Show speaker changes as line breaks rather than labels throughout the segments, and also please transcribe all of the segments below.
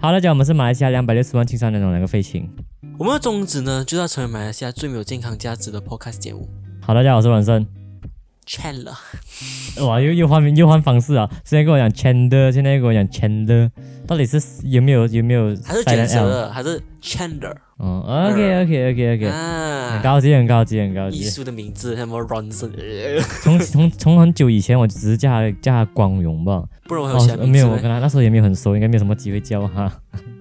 大家，我们是马来西亚两百六十万青少年的两个废青。
我们的宗旨呢，就是要成为马来西亚最没有健康价值的 podcast 节目。
好，大家好，我是文胜。
Chan 了，
哇，又又换名又换方式啊！之前跟我讲 Chandler，现在跟我讲 Chandler，到底是有没有有没有
还是
silent
Chan
L？
了，还是 Chandler
哦，OK OK OK OK，很
啊？
高级很高级很高
艺
级。
术的名字什么 Ronson，
从从从很久以前，我只是叫他叫他光荣吧。
不然我还有其他
哦，
名
没
字
有，我
吗
跟他那时候也没有很熟，应该没有什么机会叫哈。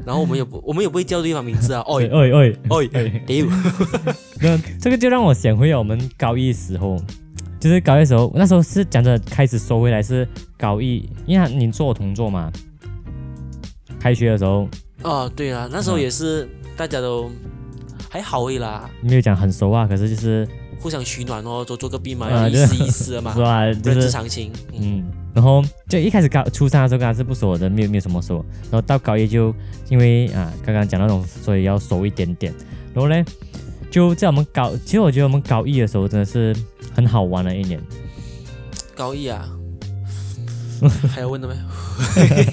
然后我 们也不，我们也不会叫对方名字啊。哦
哎哎哎，
哦，丢，
那这个就让我想回我们高一时候，就是高一时候，那时候是讲着开始收回来是高一，因为他你做我同桌嘛。开学的时候
哦对啊，那时候
嗯
也是大家都还好诶啦，
没有讲很熟啊，可是就是
互相取暖哦，多做个兵嘛，
啊
意
对
思意思嘛
说，啊，就
人之
是
常情。嗯，
嗯，然后就一开始高初三的时候跟他是不熟的，没有没有什么熟，然后到高一就因为啊刚刚讲那种，所以要熟一点点，然后呢就在我们高，其实我觉得我们高一的时候真的是很好玩的一年，
高一 啊，还要问的 吗？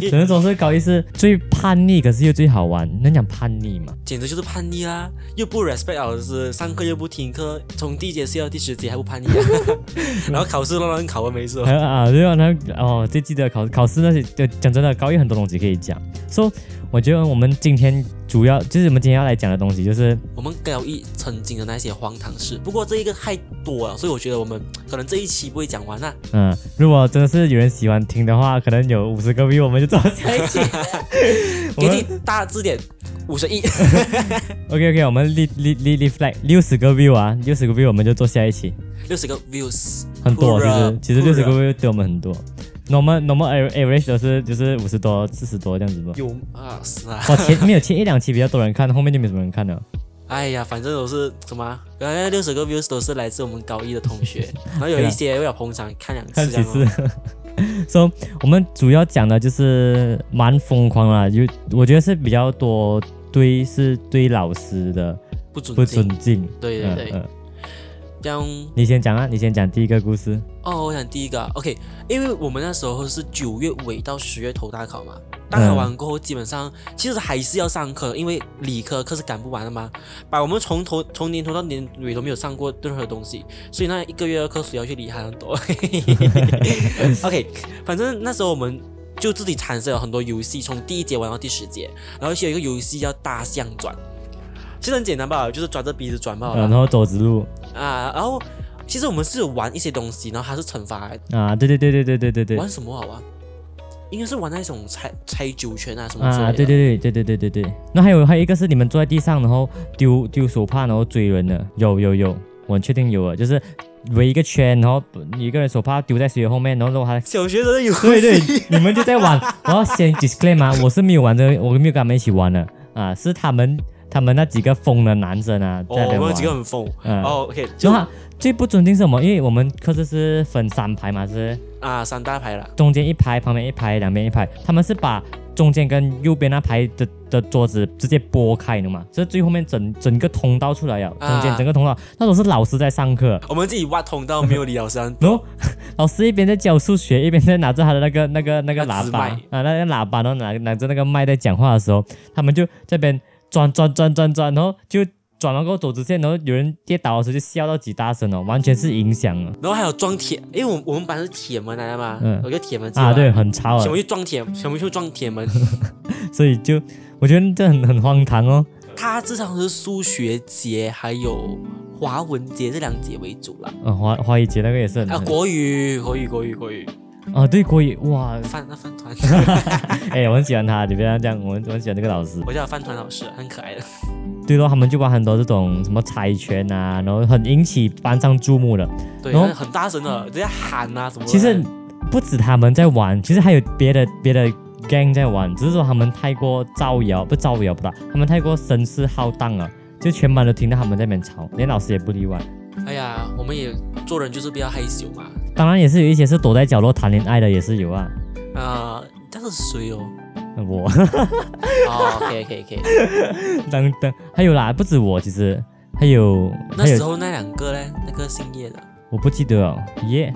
只能说是高一是最叛逆，可是又最好玩，能讲叛逆吗？
简直就是叛逆啦，又不 respect 老师，上课又不听课，从第一节睡到第十节还不 叛逆、啊，然后考试乱乱考啊，没事
还。有啊，对啊，然后哦，最记得考考试那些，就讲真的，高一很多东西可以讲。说、so, 我觉得我们今天主要就是我们今天要来讲的东西，就是
我们高一曾经的那些荒唐事，不过这一个太多了，所以我觉得我们可能这一期不会讲完啊。
嗯，如果真的是有人喜欢听的话，可能有五十个 view，我们就做下 一期。我
给
们
你大字典五十一，
OK OK，我们立立立立 flag 六十个 view 啊，六十个 view 我们就做下一期，
六十个 views，
很多
Cool
其
啊
实其实
cool 啊
六十个 view 对我们很多。normal normal average 都是就是五十多、四十多这样子吧。
有啊是啊，
哇，前没有前一两期比较多人看，后面就没什么人看了。
哎呀，反正都是什么啊，刚才六十个 views 都是来自我们高一的同学，然后有一些为了捧场看两
啊看
次这
几
样
次
哦。
？So，我们主要讲的就是蛮疯狂啦，就我觉得是比较多对是对老师的
不准
不
进
尊，敬。
对对对
嗯嗯
这样
你先讲啊，你先讲第一个故事。
哦，我想第一个啊，OK，因为我们那时候是九月尾到十月头大考嘛，大考完过后，基本上其实还是要上课，因为理科课是赶不完的嘛。把我们从头从年头到年尾都没有上过任何东西，所以那一个月的课谁要去理还很多。OK，反正那时候我们。就自己产生了很多游戏，从第一节玩到第十节，然后其中有一个游戏叫大象转，其实很简单吧，就是抓着鼻子转吧。好
呃、然
吧
后走直路
啊，然后其实我们是有玩一些东西，然后它是惩罚来
啊，对对对对对对对对。
玩什么好玩？应该是玩那种猜猜酒圈啊什么之类的。
啊，对对对对对对对对。那还有还有一个是你们坐在地上，然后丢丢手帕，然后追人的，有有有，我确定有啊，就是围一个圈，然后一个人手帕丢在谁的后面，然后如果他
小学的有
对对，你们就在玩。我要先 disclaim 啊，我是没有玩这个，我没有跟他们一起玩的啊，是他们他们那几个疯的男生啊
哦，
在那
我
边
们
玩。
有几个很疯。
嗯，
哦，OK，
然
就
后他最不尊敬是什么？因为我们课室是分三排嘛，是
啊三大牌了。
中间一排，旁边一排，两边一排。他们是把中间跟右边那排的的桌子直接拨开，你懂吗？这最后面整整个通道出来了，中间
啊
整个通道，那时候是老师在上课，
我们自己挖通道，没有理老师啊
然后 老师一边在教数学，一边在拿着他的那个那个那个
那
喇
支
叭
麦
啊，那个喇叭，然后拿拿着那个麦在讲话的时候，他们就这边转 转转转转，然后就转完过后走直线，然后有人跌倒的时候就笑到几大声哦，完全是影响了
然后还有装铁，因为我我们班是铁门来的嘛，
嗯
有一个铁门
啊，对，
小
很吵啊
我，们去撞铁，小明去撞铁 门。
所以就我觉得这很很荒唐哦。
他至少是数学节还有华文节这两节为主啦。
嗯，华华语节那个也是很
啊，国语，国语，国语，国语，
啊，对国语哇，
饭那饭团。
哎，我很喜欢他，你不要这样，我很我很喜欢这个老师。
我叫饭团老师，很可爱的。
对咯，他们就玩很多这种什么猜拳啊，然后很引起班上注目的。
对，
然后
很大声的，人家喊啊什么的。
其实不止他们在玩，其实还有别的别的 gang 在玩，只是说他们太过造谣，不造谣不大，他们太过声势浩荡了，就全班都听到他们在那边吵，连老师也不例外。
哎呀，我们也做人就是比较害羞嘛。
当然也是有一些是躲在角落谈恋爱的，也是有啊。
啊、但是谁 哦？
我
哦，可以可以可以。
等等，还有啦，不止我，其实还有
那
还
时
有，啊
候那两个嘞，那个姓叶的，
我不记得哦，耶、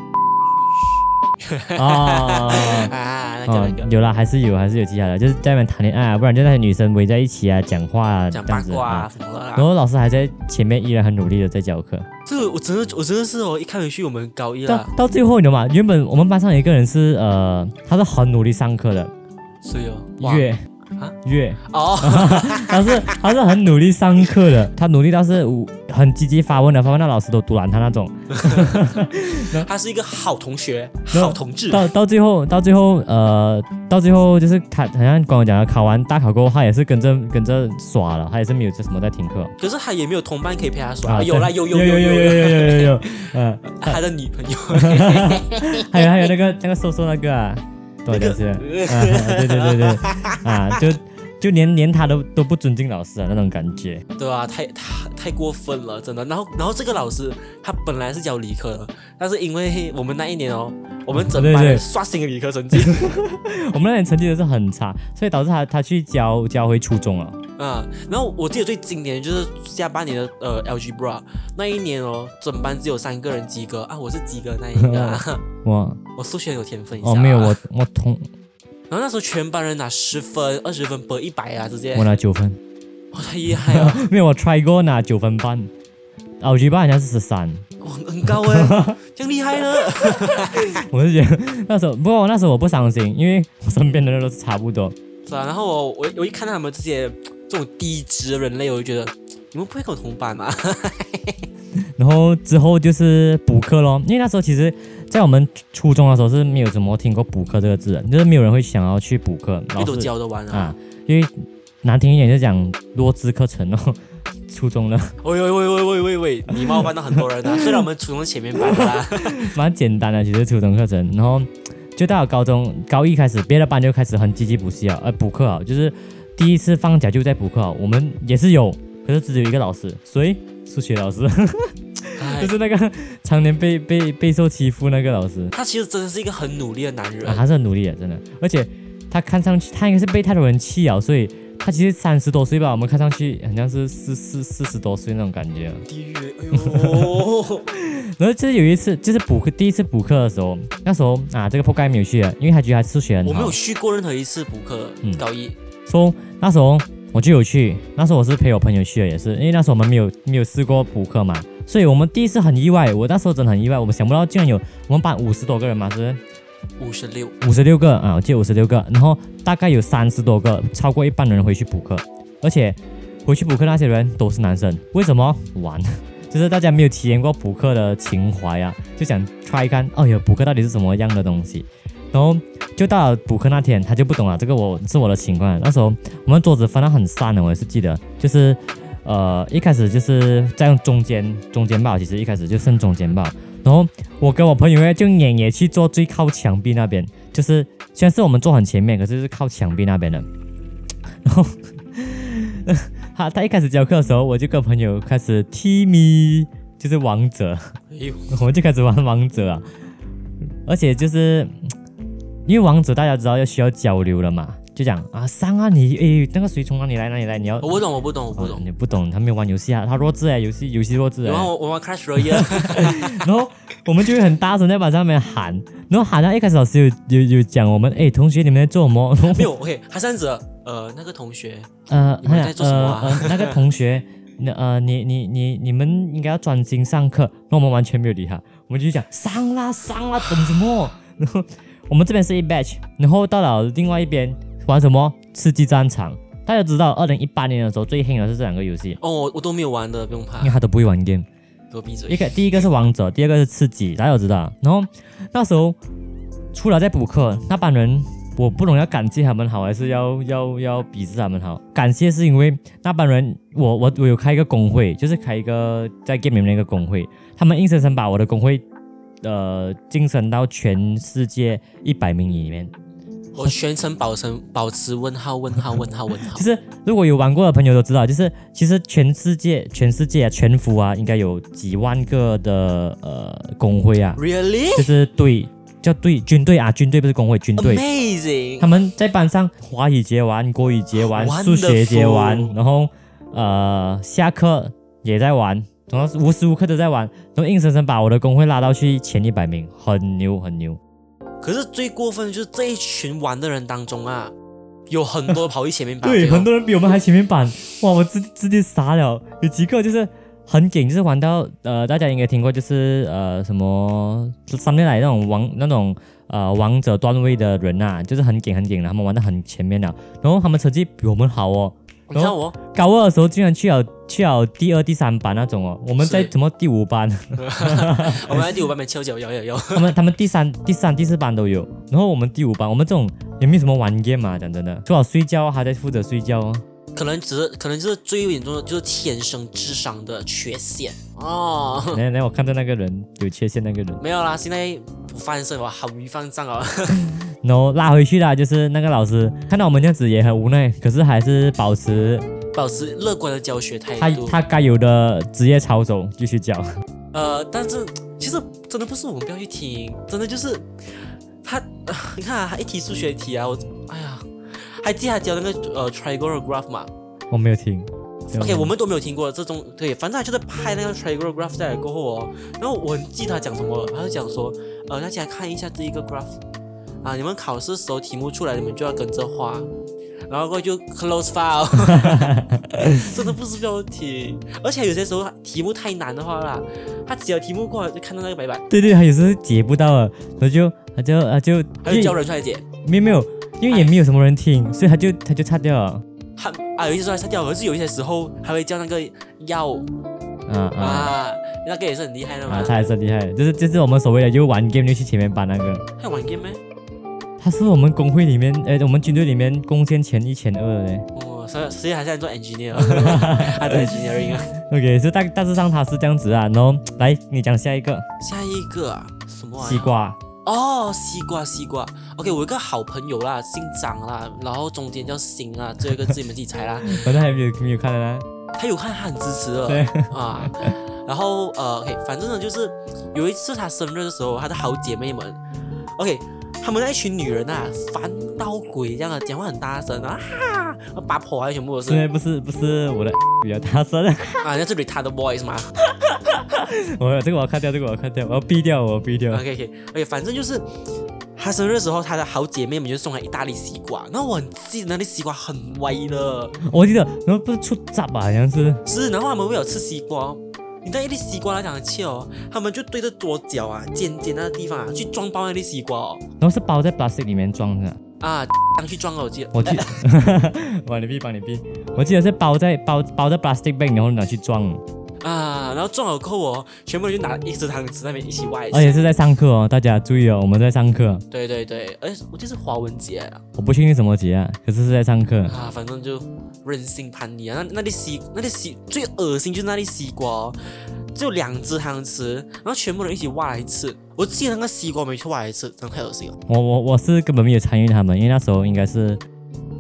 哦，
啊，那个
哦
那个，，
有啦，还是有，还是有其他的，就是在外面谈恋爱啊，不然就那些女生围在一起啊，讲话啊，这样
讲八
子
卦啊
啊。
什么的啦
然。后老师还在前面依然很努力的在教课，
这个我真的我真的是哦，一看回去我们高一
到
了，
到最后你懂吗？原本我们班上有一个人是呃，他是很努力上课的，
所以哦，哇
月
啊
月，
哦，
他是他是很努力上课的，他努力到是无很积极发问的，发问到老师都堵拦他那种。
他是一个好同学，
然后
好同志，
到到最后，到最后，呃，到最后就是他，好像刚我讲的，考完大考过后，他也是跟着跟着耍了，他也是没有做什么在听课。
可是他也没有同伴可以陪他耍，
啊
有啦
对
有
有
有
有有
有
有有有有有，嗯，
他的女朋友，
还有还有那个那个瘦瘦那个啊，多讲是，啊，对对对对，啊，就就连连他都都不尊敬老师啊那种感觉。
对吧、太太太过分了，真的。然后然后这个老师他本来是教理科的，但是因为我们那一年哦， 我们整
对
班
对
刷新了理科成绩，
我们那年成绩都是很差，所以导致他他去教教回初中了。
啊、然后我记得最经典的就是下半年的呃 algebra 那一年哦，整班只有三个人及格啊，我是及格那一 个、啊，
我哦
我数学很有天分一下、啊
哦没有，我我同
然后那时候全班人拿十分、二十分、百一百啊，直接，
我
哇、
拿九分，
太厉害了，
没有我 try 过拿九分半，奥吉巴好像是十三，
哇，很高 哎，这样厉害了，
我是觉得那时候不过那时候我不伤心，因为我身边的人都是差不多。
是啊吧？然后我我我一看到他们这些这种低职的人类，我就觉得你们不会跟我同班啊，
然后之后就是补课咯，因为那时候其实，在我们初中的时候是没有怎么听过补课这个字的，就是没有人会想要去补课，
你
老
都
师
教得完啊。
啊，因为难听一点就讲弱智课程哦，初中的。
喂喂喂喂喂喂喂，你冒犯到很多人啊！虽然我们初中前面班 的啦，
蛮简单的，其实初中课程，然后就到了高中高一开始，别的班就开始很积极补习啊，呃，补课啊，就是第一次放假就在补课啊，我们也是有，可是只有一个老师，谁？数学老师，
哎
就，是那个常年被被备受欺负那个老师
他其实真的是一个很努力的男人
啊，。他是很努力的，真的，而且他看上去他应该是被太多人气啊，所以他其实三十多岁吧，我们看上去好像是四四四十多岁那种感觉啊。
地狱，哎呦，
然后就是有一次，就是补课第一次补课的时候，那时候啊，这个破盖没有去啊，因为他觉得他数学很好。
我没有去过任何一次补课
嗯，
高一
说、那时候我就有去，那时候我是陪我朋友去的，也是因为那时候我们没有没有试过补课嘛，所以我们第一次很意外，我那时候真的很意外，我们想不到竟然有我们班五十多个人嘛，是
五十六，
五十六个啊，我记得五十六个，然后大概有三十多个，超过一半的人回去补课，而且回去补课那些人都是男生，为什么？玩。就是大家没有体验过补课的情怀啊， 就想 try 看，哦哟，补课到底是什么样的东西？然后就到了补课那天，他就不懂了，这个我是我的情况。那时候我们桌子分到很散的，我也是记得，就是呃一开始就是在用中间中间报，其实一开始就剩中间报。然后我跟我朋友呢就撵也去坐最靠墙壁那边，就是虽然是我们坐很前面，可是是靠墙壁那边的。然后他他一开始教课的时候，我就跟朋友开始踢咪，就是王者。
哎呦，
我们就开始玩王者啊，而且就是因为王者大家知道要需要交流了嘛，就讲啊上啊你诶那个谁从哪里来哪里来你要
我不懂，我不懂，我不
哦
懂。
你不懂他没有玩游戏啊他弱智哎游戏游戏弱智哎
然，后我玩 Crash Royale，
然后我们就会很大声在板上面喊，然后喊到一开始老师有有有讲我们诶同学你们在做什么？然后
没有，OK，他这样子的，呃，那个同学，
呃，
你们
他
在
讲
做什么啊
呃呃那个同学，那呃，你你你你们应该要专心上课。那我们完全没有理他，我们就讲上啦上啦，等什么？ 然后我们这边是一 batch，然后到了另外一边玩什么刺激战场。大家知道，二零一八年的时候最黑的是这两个游戏，
哦，我我都没有玩的，不用怕
因为，他都不会玩 game。
给我闭
一
嘴。
个第一个是王者，第二个是刺激，大家有知道。然后那时候出来在补课，那帮人我不懂要感谢他们好，还是要要要鄙视他们好？感谢是因为那帮人，我我我有开一个工会，就是开一个在 game 里面的一个工会，他们硬生生把我的工会呃晋升到全世界一百名以里面。
我全程保持保持问号问号问号问号
其，实如果有玩过的朋友都知道，就是其实全世界全世界啊，全服啊，应该有几万个的呃工会啊。
Really
就是队叫队军队啊，军队不是工会军队，他
amazing，
们在班上华语节玩、国语节玩、
Wonderful
数学节玩，然后呃下课也在玩，然后无时无刻都在玩，然后硬生生把我的工会拉到去前一百名，很牛很牛。
可是最过分的就是这一群玩的人当中啊，有很多跑去前 面把
对，很
多
多人比我们还前面板，哇，我直直接傻了。有几个就是很紧，就是玩到呃，大家应该听过，就是呃什么三天来那种王那种呃王者段位的人呐、就是很紧很紧的，他们玩到很前面了，然后他们成绩比我们好哦。
你看我，
高二的时候竟然去了去了第二、第三班那种哦，我们在
是
什么第五班，
我们在第五班面翘脚摇摇摇，
他们他们第三、第三、第四班都有，然后我们第五班，我们这种也没什么玩 game 嘛，讲真的，除了睡觉还在负责睡觉哦。
可能只是可能就是最严重的就是天生智商的缺陷哦。
来来，我看到那个人有缺陷，那个人，
没有啦，现在不翻身，我好鱼放账啊！
然后拉回去啦，就是那个老师看到我们这样子也很无奈，可是还是保持
保持乐观的教学
他
态度。
他该有的职业操守，继续教。
呃，但是其实真的不是我们不要去听，真的就是他， 呃你看、啊、他一题数学题啊，我哎呀，还记得他教那个呃 trigonograph 嘛
我没有听。
？OK，我们都没有听过这种，对，反正他就是拍那个 trigonograph 下来过后哦，然后我很记得他讲什么了，他就讲说，呃，大家看一下这一个 graph 啊，你们考试时候题目出来，你们就要跟着画。然后过后就 close file，真的不是标题，而且有些时候题目太难的话啦，他只要题目过来就看到那个白板，
对对，他有时候解不到了，他就他就他就
还有教人出来解，
没有没有，因为也没有什么人听，所以他就他就擦掉了。
还啊有一些时候还擦掉，可是有一些时候还会教那个药
啊啊
啊，那个也是很厉害的嘛
啊！。他还是很厉害的，就是就是我们所谓的就玩 game 就去前面班那个，
还有玩 game 咩？
他是我们工会里面，呃，我们军队里面贡献前一前二的嘞。
哦，所以所以还在做 engineer，还做 engineering 啊。
OK，所以大大致上他是这样子啊，然后来你讲下一个
下一个啊，什么、啊？
西瓜，
哦，西瓜，西瓜。OK，我有一个好朋友啦，姓张啦，然后中间叫星啦，最后一个字你们自 己猜啦。
反正还没有没有看呢。
他有看，他很支持的
对
啊。然后呃，OK，反正呢，就是有一次他生日的时候，他的好姐妹们，OK，他们那一群女人啊，烦到鬼一样的，讲话很大声啊，哈，八婆啊，全部都
现
是
在不是不是我的 比较大声，
啊，那是 retard boys 嘛。
我这个我要看掉，这个我要看掉，我要毙掉，我要毙 掉。
OK OK OK，反正就是他生日的时候，他的好姐妹们就送来一大粒西瓜，那我很记得那粒西瓜很歪的，
我记得，然后不是出闸吧，好像是。
是，然后他们为了吃西瓜。你那一粒西瓜来讲切哦，他们就对着桌角啊、尖尖那个地方啊去撞爆那粒西瓜哦。
然后是包在 plastic 里面装的。
啊， 刚去撞了我记得，
我记， 帮你闭，帮你闭。我记得是包在包包在 plastic bag，然后拿去装，
啊，然后撞了过后哦，全部人就拿一只汤匙那边一起外
而且是在上课哦，大家注意哦，我们在上课，
对对对，而且我记得是华文节啊，
我不确定什么节啊，可是是在上课。
啊反正就任性叛逆啊。那那粒西那粒西最恶心就是那粒西瓜、哦，只有两只汤匙，然后全部人一起挖来吃。我记得那个西瓜没去挖来吃，真的太恶心了。
我我我是根本没有参与他们，因为那时候应该是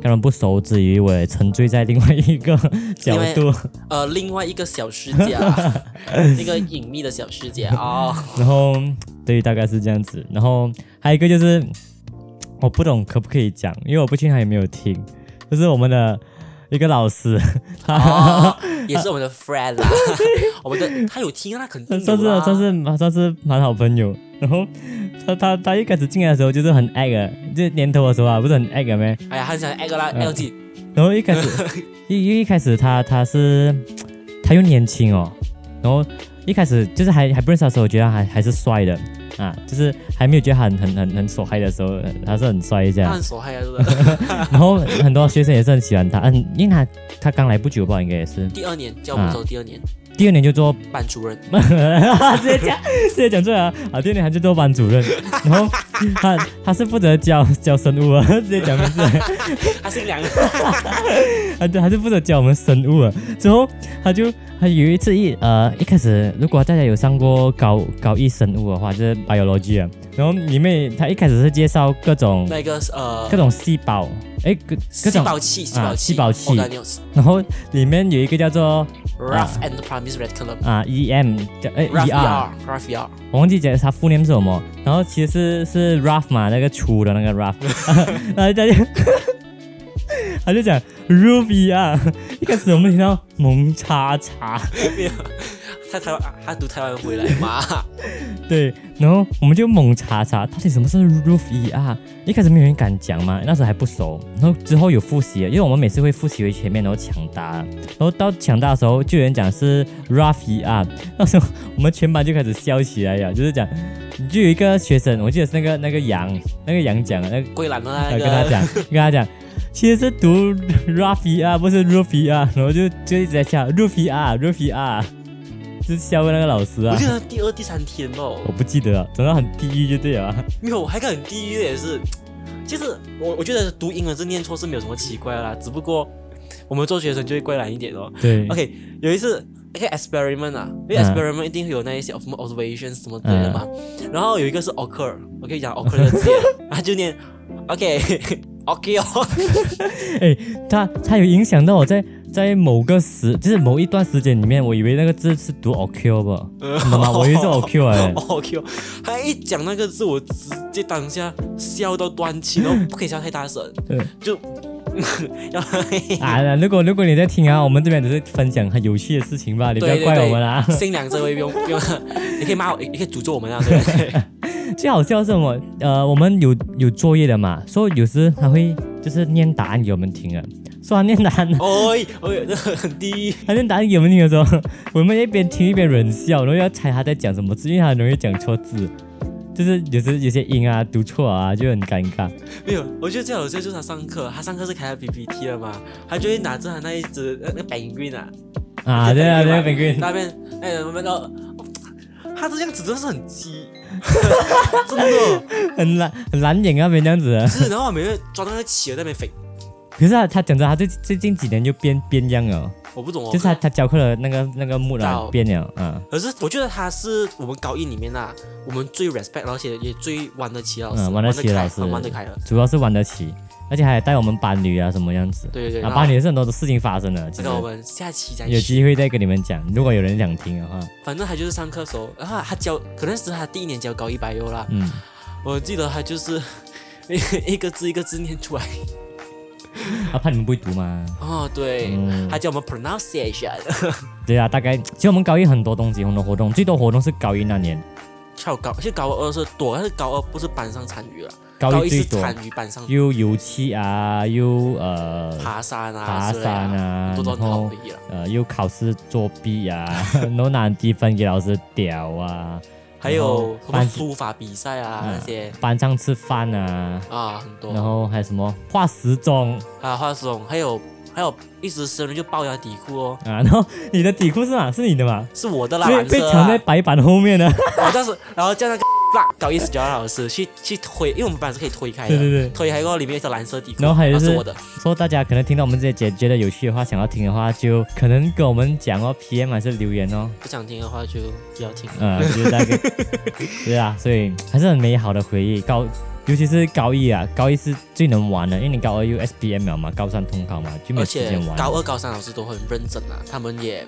根本不熟，之余我也沉醉在另外一个 角度，
呃，另外一个小世界 啊，那个隐秘的小世界哦。
然后对，大概是这样子。然后还有一个就是我不懂可不可以讲，因为我不确定他有没有听，就是我们的一个老师，他、
哦，也是我们的 friend 啦，我们的他有听啊，他肯定有
算是
啦
算是蛮算是蛮好朋友。然后他他他一开始进来的时候就是很 a 的，就是年头的时候啊，不是很 a 的咩？
哎呀，他想 a 个啦 a 自己，
然后一开始一一一开始他他是他又年轻哦，然后一开始就是还还不认识他的时候，我觉得他还还是帅的啊，就是还没有觉得他很很很很手嗨的时候，他是很帅这
他
样。
很手嗨啊，是不是？
然后很多学生也是很喜欢他，嗯，因为他他刚来不久吧，应该也是
第二年教我们的时候，第二年
第二年就做
班主任，
直接讲，直接讲出来啊！啊，第二年他就做班主任，然后他他是负责教教生物啊，直接讲名字，
他姓梁，
他就他是负责教我们生物啊。之后他就他有一次一呃一开始，如果大家有上过高高一生物的话，就是 biology 啊，然后里面他一开始是介绍各种
那个呃
各种细胞，诶，各各
细
种，
胞器，细
啊
胞器，
细胞器
organelles
然后里面有一个叫做
rough
Ah.
and promise red color。
啊 EM 叫诶
Rough
ER。
ER，Rough ER，
我忘记讲他副 name 是什么，然后其实是是 rough 嘛，那个粗的那个 rough，然 后他就 他就讲 ruby 啊，一开始我们听到蒙叉叉，
他台湾他读台湾回来嘛，
对，然后我们就猛查查到底什么是 roof ER。一开始没有人敢讲嘛，那时候还不熟。然后之后有复习了，因为我们每次会复习回前面，然后抢答。然后到抢答的时候，就有人讲是 rough ER。那时候我们全班就开始笑起来呀，就是讲，就有一个学生，我记得是那个那个杨，那个杨讲的，那个呃
桂兰的那
跟他
个，
讲，跟他讲， 其实是读 Rafi 啊，不是 Rufi 啊，然后就就一直在笑 Rufi 啊，Rufi 啊，就是笑那个老师
我
啊
记，得第二第三天哦，
我不记得了，总之很地狱就对了啊。
没有，我还敢很地狱的也是。其实我我觉得读英文字念错是没有什么奇怪的啦，只不过我们做学生就会怪懒一点哦。
对
OK，有一次那个 experiment 啊，因为
嗯
experiment 一定会有那一些什么 observations 什么之类的嘛。然后有一个是 occur，我可以讲 occur 的字眼，然后就念 OK OK 哦，
他他有影响到我在在某个时，就是某一段时间里面，我以为那个字是读 OQ
呃
吧，妈妈，我以为是 OQ 哎、
OK 哦。他一讲那个字，我直接当下笑到断气，然后不可以笑太大声，
对
就 要
啊，那如果如果你在听啊，我们这边只是分享很有趣的事情吧，你不要
对对
怪
对
我们啊啦。
新娘这位不用不用，你可以骂我，你可以诅咒我们啊，对不 对？
最好笑是什么？呃，我们有有作业的嘛，所以有时他会就是念答案给我们听啊。说他念答案，
哎哎，这很低。
他念答案给我们听的时候，我们一边听一边忍笑，然后要猜他在讲什么字，因为他很容易讲错字，就是有时有些音啊读错啊就很尴尬。
没有，我觉得最好笑就是他上课，他上课是开了 PPT 了嘛，他就会拿着他那一只那那个 penguin 啊，
啊，对啊，对啊，玫瑰，
那边哎，我们到，他这样子真的是很鸡， 真的
很蓝很蓝眼啊，别这样子啊。
是，然后我每次抓到那个企鹅在那边飞，
可是他他讲真，他最最近几年就变变样了，
我不懂哦，
就是他他教课的那个那个木兰
到
变了啊。
可是我觉得他是我们高一里面啊，我们最 respect，而且也最玩得起的老
嗯
师，
玩
玩
得
得
起的
开
老师
嗯玩得开的，
主要是玩得起，而且还带我们班女啊什么样子。
对对对，
啊，
那
班里也是很多的事情发生了，其
这
实
个我们下期再
有
续。
机会再跟你们讲，如果有人想听的话，
反正他就是上课的时候，然后他教，可能是他第一年教高一百优啦。
嗯，
我记得他就是 一个字一个字念出来。
啊，怕你们不会读嘛。
哦，对，
嗯
他叫我们 pronunciation
对啊，大概其实我们高一很多东西，很多活动，最多活动是高一那年，
跳高，是高二是多，但是高二不是班上参与了，
高
高
一
一
最
是
多，嗯
参与班上
又油漆啊，又呃
爬山啊，
爬
之类的
山啊，
多多
然
很好
后
回忆了。
呃又考试作弊啊， 然后拿低分给老师屌啊，
还有什么
班
书法比赛啊
嗯
那些
班上吃饭啊，
啊，很多。
然后还有什么画时钟
啊，画这种，还有还有一直生人就抱人家底裤哦，
啊，然 后你的底裤是哪？是你的吗？
是我的啦，
被
蓝
被
色
藏
啊
在白板后面的。 啊
我当时，然后叫那个 辣搞意思，叫那老师去去推，因为我们班是可以推开
对
的，
对对
推开过里面一条蓝色底裤，
然后还有
啊
就是是
我的，
说大家可能听到我们这些节觉得有趣的话，想要听的话，就可能跟我们讲哦，PM 还是留言哦，
不想听的话就不要听。
呃，就是大概，对啊，所以还是很美好的回忆。高，尤其是高一啊，高一是最能玩的，因为你高二又 SBM 了嘛，高三通考嘛，就没
而
有时
且
间玩。
高二、高三老师都很认真啊，他们也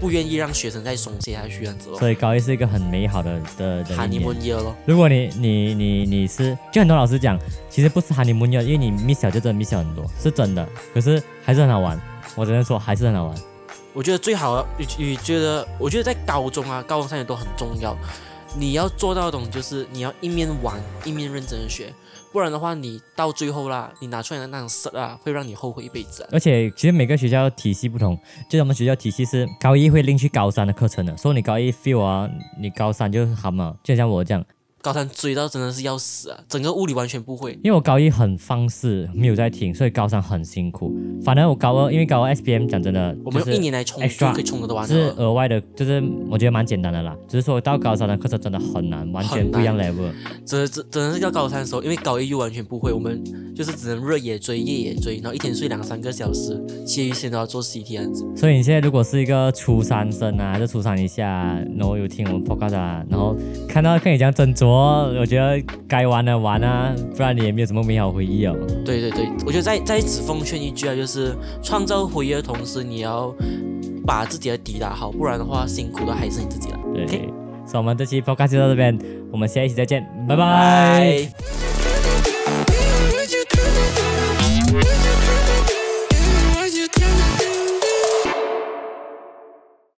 不愿意让学生再松懈下去，这样子哦。
所以高一是一个很美好的的的
喊
一
你
年。
们耶咯，
如果你你你你是，就很多老师讲，其实不是喊你们要，因为你 miss 小就真的 miss 小很多，是真的。可是还是很好玩，我只能说还是很好玩。
我觉得最好的，你你觉得？我觉得在高中啊、高中三年都很重要。你要做到的东西就是你要一面玩一面认真的学，不然的话，你到最后啦，你拿出来的那种 cert 啊，会让你后悔一辈子啊。
而且其实每个学校体系不同，就我们学校体系是高一会另去高三的课程的，所以你高一 feel 啊，你高三就好嘛，就像我这样，
高三追到真的是要死啊，整个物理完全不会。
因为我高一很放肆，没有在听，所以高三很辛苦。反而我高二，因为高二 SPM 讲真的，
我们
就
用啊
是
一年来冲
extra，
就可以冲得完
是
了。
额外的，就是我觉得蛮简单的啦，只是说到高三的课程真的很难，完全不一样 level。
真真真的是到高三的时候，因为高一又完全不会，我们就是只能日也追，夜也追，然后一天睡两三个小时，其余时间都要做 CT 这样子。
所以你现在如果是一个初三生啊，还是初三以下啊，然后有听我们 podcast 啊，然后看到跟你讲斟酌，我觉得该玩的玩啊，不然你也没有什么美好回忆哦。
对对对，我觉得在在此奉劝一句啊，就是创造回忆的同时，你要把自己的底打好，不然的话，辛苦的还是你自己了。
对
OK，
所以我们这期 podcast 就到这边，我们下一期再见，拜拜。
拜。